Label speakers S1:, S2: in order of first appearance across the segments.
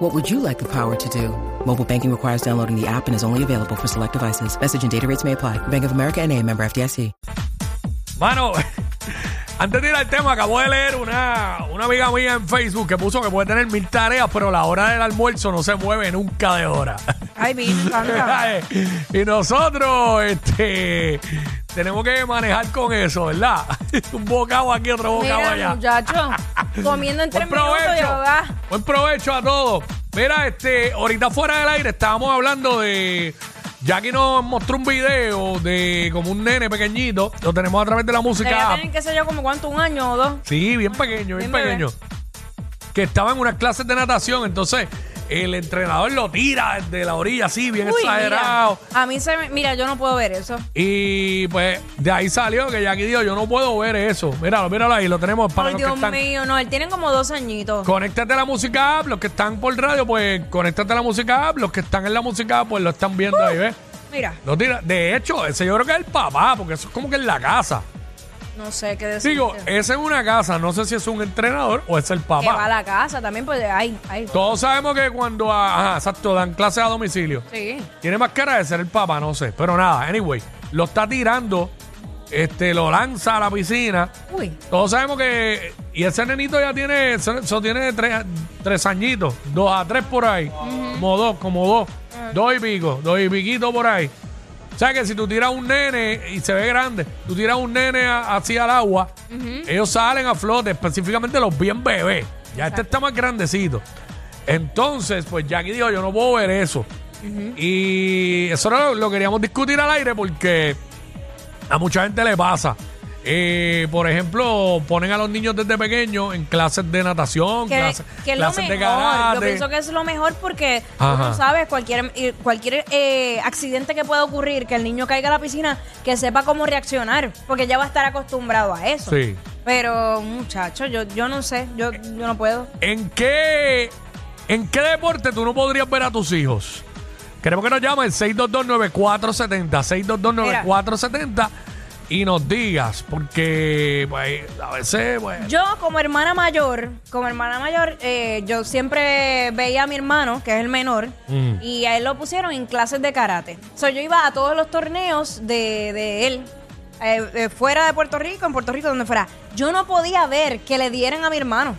S1: What would you like the power to do? Mobile banking requires downloading the app and is only available for select devices. Message and data rates may apply. Bank of America and a member FDIC.
S2: Mano, antes de ir al tema, acabo de leer una, una amiga mía en Facebook que puso que puede tener mil tareas, pero la hora del almuerzo no se mueve nunca de hora.
S3: Ay, mi, me encanta.
S2: y nosotros, este, tenemos que manejar con eso, ¿verdad? Un bocado aquí, otro bocado
S3: Mira,
S2: allá.
S3: muchacho, comiendo en tres minutos y va.
S2: Buen provecho a todos. Mira, este, ahorita fuera del aire estábamos hablando de. Jackie nos mostró un video de como un nene pequeñito. Lo tenemos a través de la música.
S3: Debería
S2: app.
S3: tener, qué sé yo, como cuánto, un año o dos.
S2: Sí, bien pequeño, bien,
S3: Bien bebé.
S2: pequeño. Que estaba en unas clases de natación, entonces el entrenador lo tira desde la orilla así, bien
S3: Uy,
S2: exagerado.
S3: mira, a mí se me, mira, yo no puedo ver eso.
S2: Y pues de ahí salió que Jackie dijo, yo no puedo ver eso. Míralo, míralo ahí, lo tenemos para
S3: Ay,
S2: los que
S3: Dios
S2: están.
S3: mío, no, él tiene como dos añitos.
S2: Conéctate a la música app, los que están por radio, pues conéctate a la música app, los que están en la música app, pues lo están viendo ahí, ¿ves?
S3: Mira,
S2: Lo tira. De hecho, ese yo creo que es el papá, porque eso es como que en la casa.
S3: no sé qué decir.
S2: Digo, ese es una casa, no sé si es un entrenador o es el papá.
S3: que va a la casa también, pues, ay, ay.
S2: Todos sabemos que cuando ah, ajá, exacto, dan clases a domicilio,
S3: Sí.
S2: tiene más cara de ser el papá, no sé. Pero nada, anyway, lo está tirando, este, lo lanza a la piscina.
S3: Uy,
S2: Todos sabemos que. Y ese nenito ya tiene. Eso eso tiene tres, tres añitos. Dos a tres por ahí. Como dos, como dos. Dos y pico. Dos y piquito por ahí. O sea que si tú tiras un nene y se ve grande, tú tiras un nene a- así al agua, ellos salen a flote, específicamente los bien bebés. Ya este está más grandecito. Entonces, pues Jackie dijo, yo no puedo ver eso. Y eso era lo, lo queríamos discutir al aire porque a mucha gente le pasa. Eh, por ejemplo, ponen a los niños desde pequeños en clases de natación,
S3: que,
S2: clases,
S3: que es lo
S2: clases
S3: mejor.
S2: de karate.
S3: Yo pienso que es lo mejor porque
S2: Ajá.
S3: tú no sabes cualquier, eh, cualquier eh, accidente que pueda ocurrir, que el niño caiga a la piscina, que sepa cómo reaccionar, porque ya va a estar acostumbrado a eso.
S2: Sí.
S3: Pero, muchacho, yo, yo no sé, yo, yo no puedo.
S2: ¿En qué, ¿En qué deporte tú no podrías ver a tus hijos? Queremos que nos llame el 6229470, 6229470 y nos digas, porque pues, a veces, pues,
S3: Yo como hermana mayor, como hermana mayor, eh, yo siempre veía a mi hermano, que es el menor,
S2: Mm.
S3: y a él lo pusieron en clases de karate. So, yo iba a todos los torneos de, de él, eh, eh, fuera de Puerto Rico, en Puerto Rico, donde fuera. Yo no podía ver que le dieran a mi hermano.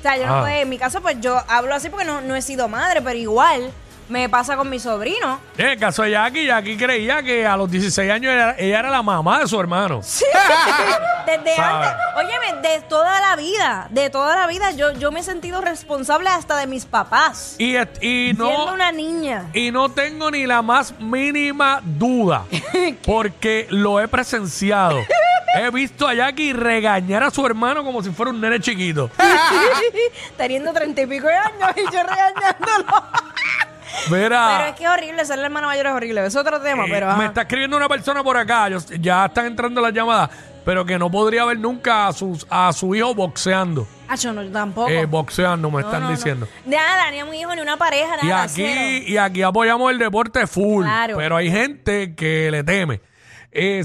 S3: O sea, yo
S2: Ah.
S3: no podía, en mi caso, pues yo hablo así porque no, no he sido madre, pero igual me pasa con mi sobrino.
S2: en el caso de Jackie, Jackie creía que a los 16 años era- ella era la mamá de su hermano.
S3: Desde
S2: Sabe.
S3: antes, óyeme, de toda la vida, de toda la vida, yo, yo me he sentido responsable hasta de mis papás.
S2: Y, est- y no...
S3: Siendo una niña.
S2: Y no tengo ni la más mínima duda, porque lo he presenciado. He visto a Jackie regañar a su hermano como si fuera un nene chiquito.
S3: Teniendo treinta y pico de años y yo regañándolo. Pero
S2: Mira,
S3: es que es horrible, ser la hermana mayor es horrible. Es otro tema,
S2: Ah. eh,
S3: pero. ajá.
S2: me está escribiendo una persona por acá, yo- ya están entrando las llamadas, pero que no podría ver nunca a, sus, a su hijo boxeando.
S3: Ah, yo no, yo tampoco.
S2: Eh, boxeando, me
S3: No,
S2: están
S3: no, no.
S2: diciendo.
S3: Nada, ni a un hijo, ni una pareja, nada.
S2: Y aquí,
S3: cero.
S2: y aquí apoyamos el deporte full.
S3: Claro.
S2: Pero hay gente que le teme. Eh,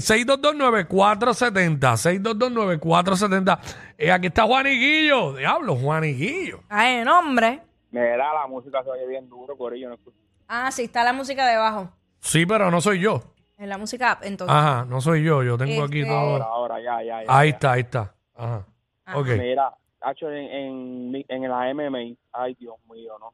S2: 6229470. 6229470. Eh, aquí está Juaniguillo. Diablo, Juaniguillo.
S3: Ay, no, Ah, hombre.
S4: Mira, la música se oye bien duro, Corillo. No escucho.
S3: Ah, sí, está la música debajo.
S2: Sí, pero no soy yo.
S3: En la música, app, entonces.
S2: Ajá, no soy yo. Yo tengo aquí
S3: Este-
S2: todo.
S4: Ahora, ahora, ya, ya, ya.
S2: Ahí
S4: ya.
S2: está, ahí está. Ajá.
S3: Ajá.
S2: Ok.
S4: Mira, Hacho, en, en, en la MMA, ay, Dios mío, ¿no?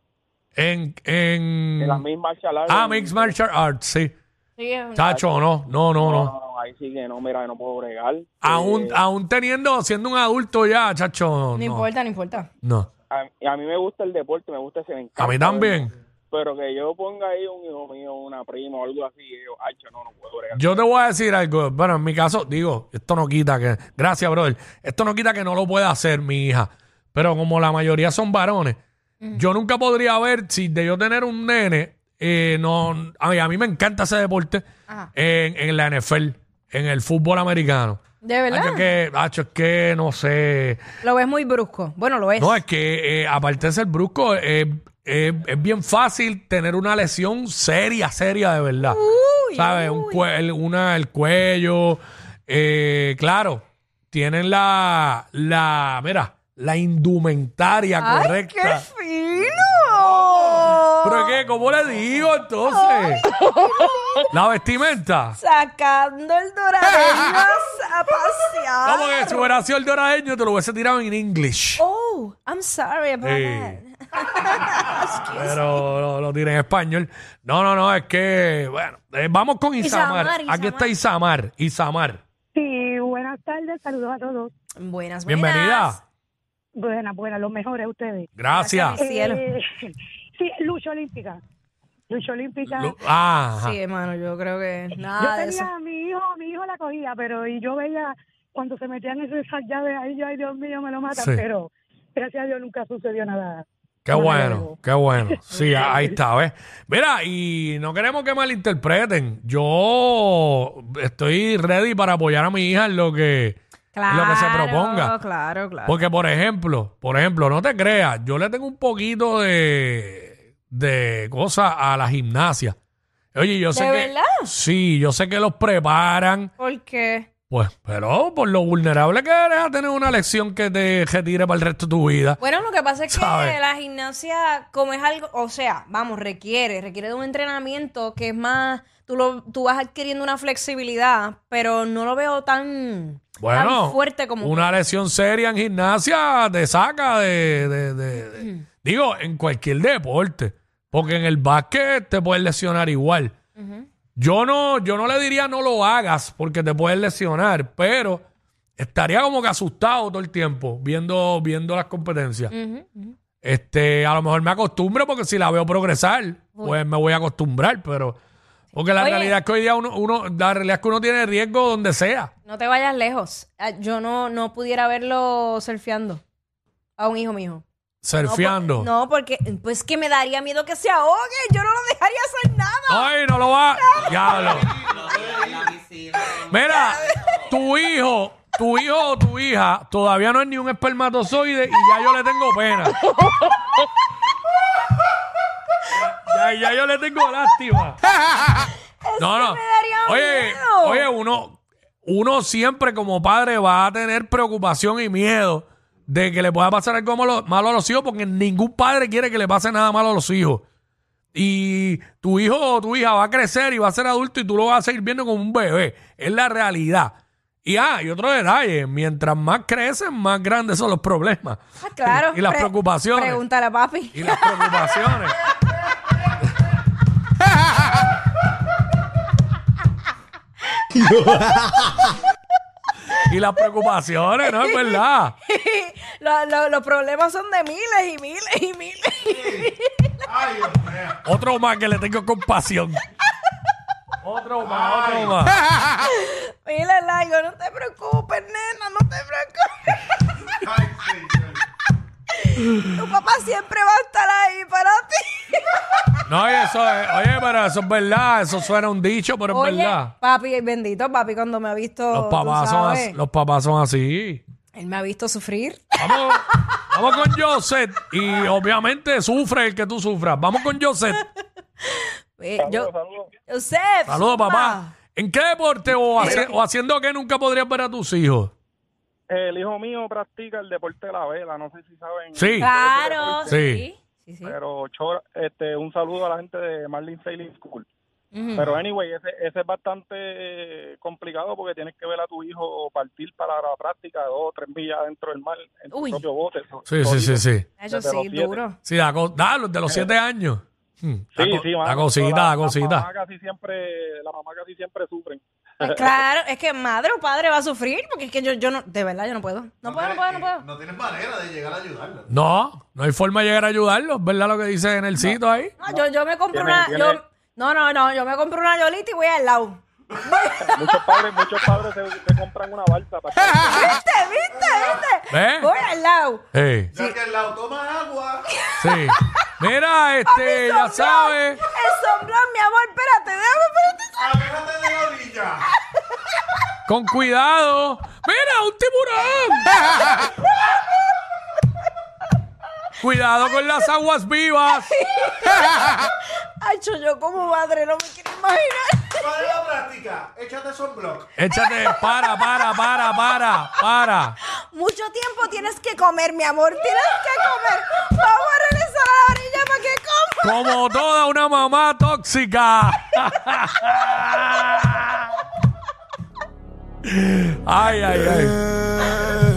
S2: En. en...
S4: En las mismas charlas.
S2: Ah, Mixed Martial Arts, sí.
S3: Sí, es-
S2: Tacho, no, no, no,
S4: No,
S2: no.
S4: no, no, ahí sí que no, mira, no puedo bregar.
S2: Aún,
S4: Eh,
S2: aún teniendo, siendo un adulto ya, chacho. No,
S3: no importa, no importa.
S2: No.
S4: Eh, a, a mí me gusta el deporte, me gusta ese me encanta.
S2: A mí también.
S4: Pero que yo ponga ahí un hijo mío, una prima o algo así, eh, yo, Hacho, no, no puedo bregar.
S2: Yo te voy a decir algo. Bueno, en mi caso, digo, esto no quita que. Gracias, brother. Esto no quita que no lo pueda hacer mi hija. Pero como la mayoría son varones, yo nunca podría ver si de yo tener un nene. eh, no, a, mí, a mí me encanta ese deporte
S3: Ajá.
S2: en, en la NFL. en el fútbol americano.
S3: De verdad.
S2: Hacho, es que, hacho, es que no sé.
S3: Lo ves muy brusco. Bueno, lo es.
S2: No, es que eh, aparte de ser brusco, eh, eh, es bien fácil tener una lesión seria, seria de verdad.
S3: Uy,
S2: ¿Sabes? Un cue- el, una, el cuello. eh, claro, tienen la, la, mira, la indumentaria
S3: ¡Ay,
S2: correcta.
S3: qué fino!
S2: Pero es que, ¿cómo le digo entonces? la vestimenta.
S3: Sacando el doradeño a pasear.
S2: No, porque si hubiera sido el de Oraeño, te lo hubiese tirado en English.
S3: Oh, I'm sorry about
S2: Sí.
S3: that.
S2: Pero lo, lo tiré en español. No, no, no, es que, bueno, eh, vamos con Isamar.
S3: Isamar,
S2: Aquí está Isamar, Isamar.
S5: Sí, buenas tardes, saludos a todos.
S3: Buenas, buenas.
S2: Bienvenida.
S5: Buenas, buenas, los mejores ustedes.
S2: Gracias.
S3: Gracias, Cielo.
S5: Eh, sí, lucha olímpica. Lucha olímpica.
S2: Lo- ah, ajá.
S3: Sí, hermano, yo creo que
S5: yo
S3: nada Ah, de eso.
S5: tenía a mi hijo, mi hijo la cogía, pero y yo veía cuando se metían esas llaves ahí, yo, ay Dios mío, me lo matan,
S2: Sí.
S5: pero gracias a Dios nunca sucedió nada.
S2: Qué bueno, qué bueno. Sí, ahí está, ¿ves? Mira, y no queremos que malinterpreten. Yo estoy ready para apoyar a mi hija en lo que, en lo que se proponga.
S3: Claro, claro.
S2: Porque, por ejemplo, por ejemplo, no te creas, yo le tengo un poquito de, de cosas a la gimnasia. Oye, yo sé
S3: ¿De
S2: que.
S3: verdad?
S2: Sí, yo sé que los preparan,
S3: ¿Por qué?
S2: pues, pero por lo vulnerable que eres a tener una lección que te retire para el resto de tu vida.
S3: Bueno, lo que pasa es que
S2: ¿Sabe?
S3: la gimnasia, como es algo, o sea, vamos, requiere, requiere de un entrenamiento que es más, tú, lo, tú vas adquiriendo una flexibilidad, pero no lo veo tan,
S2: Bueno,
S3: tan fuerte como...
S2: una lesión seria en gimnasia te saca de, de- de- de- digo, en cualquier deporte, porque en el básquet te puedes lesionar igual. Yo no, yo no le diría no lo hagas porque te puedes lesionar, pero estaría como que asustado todo el tiempo viendo, viendo las competencias.
S3: Ujú, ujú.
S2: Este, a lo mejor me acostumbro porque si la veo progresar, pues me voy a acostumbrar, pero porque la
S3: Oye.
S2: realidad es que hoy día uno, uno, la realidad es que uno tiene riesgo donde sea.
S3: No te vayas lejos. Ah, Yo no, no pudiera verlo surfeando a un hijo mío.
S2: Surfeando.
S3: pues, No, porque pues que me daría miedo que se ahogue. Yo no lo dejaría hacer nada.
S2: Ay, no lo va. Diablo. Mira, tu hijo, tu hijo o tu hija todavía no es ni un espermatozoide y ya yo le tengo pena. Ya, ya yo le tengo lástima. No, no.
S3: me daría
S2: Oye,
S3: miedo.
S2: oye, uno, uno siempre como padre va a tener preocupación y miedo de que le pueda pasar algo malo, malo a los hijos porque ningún padre quiere que le pase nada malo a los hijos y tu hijo o tu hija va a crecer y va a ser adulto y tú lo vas a seguir viendo como un bebé. Es la realidad. Y ah, y otro detalle, mientras más crecen, más grandes son los problemas.
S3: Ah, claro.
S2: Y, las
S3: Pre-
S2: preocupaciones.
S3: Pregúntale a papi.
S2: Y las preocupaciones. y las preocupaciones, ¿no? Es verdad.
S3: Lo- lo- los problemas son de miles y miles y miles.
S2: Otro más que le tengo compasión. Otro más, otro más.
S3: Mira, Laigo, no te preocupes, nena, no te preocupes. tu papá siempre va a estar ahí para ti.
S2: No, y eso es, oye, pero eso es verdad, eso suena un dicho, pero es
S3: Oye,
S2: verdad.
S3: papi, bendito papi, cuando me ha visto.
S2: Los
S3: tú
S2: papás, son
S3: sabes,
S2: así, los papás son así.
S3: Él me ha visto sufrir.
S2: Vamos, vamos con Joseph y obviamente sufre el que tú sufras. Vamos con Joseph.
S3: Eh, yo,
S4: Saludos, saludos.
S3: Joseph,
S2: Saludos,
S3: zumba.
S2: papá. ¿En qué deporte o, haci- o haciendo qué nunca podrías ver a tus hijos?
S4: El hijo mío practica el deporte de la vela, no sé si saben.
S2: Sí.
S3: Claro,
S2: Sí.
S3: sí. sí, sí.
S4: Pero chor- este, un saludo a la gente de Marlin Sailing School. Pero anyway, ese, ese es bastante eh, complicado porque tienes que ver a tu hijo partir para la práctica de dos o tres millas dentro del mar en tu
S3: Uy.
S4: propio bote. so-
S2: Sí, sí, sí,
S4: solito.
S2: sí.
S3: Ah, yo
S4: Desde
S3: sí,
S4: los siete.
S3: duro.
S2: Sí, la co- ah, los de los siete años. Hmm, la,
S4: Sí,
S2: co-
S4: sí,
S2: la
S4: mano,
S2: cosita,
S4: la-
S2: la
S4: La
S2: cosita.
S4: mamá casi siempre, la mamá casi siempre sufren.
S3: Pues claro, es que madre o padre va a sufrir porque es que yo, yo no, de verdad, yo no puedo. No puedo, no puedo, no puedo.
S6: No tienes manera de llegar a ayudarla.
S2: No, no hay forma de llegar a ayudarlos, ¿verdad lo que dice en el sitio ahí?
S3: No, yo, yo me compro
S4: Tiene-
S3: una.
S4: tiene-
S3: Yo, no, no, no, yo me compro una Yolita y voy al lado.
S4: Muchos padres, muchos padres se, se compran una balsa para que-
S3: ¿Viste, viste,
S2: ¿Eh?
S3: viste? Voy al lado.
S2: Sí.
S6: Ya que el lado toma agua.
S2: Sí. Mira, este, ya sabes.
S3: El sombrón, mi amor, espérate, déjame, espérate.
S6: Aléjate de la orilla.
S2: Con cuidado. ¡Mira, un tiburón! cuidado con las aguas vivas.
S3: Ay, cho, yo como madre, no me quiero imaginar.
S6: ¿Cuál es la práctica? Échate sunblock.
S2: Échate, para, para, para, para, para.
S3: Mucho tiempo tienes que comer, mi amor. Tienes que comer. Vamos a regresar a la orilla para que coma.
S2: Como toda una mamá tóxica. Ay, ay, ay.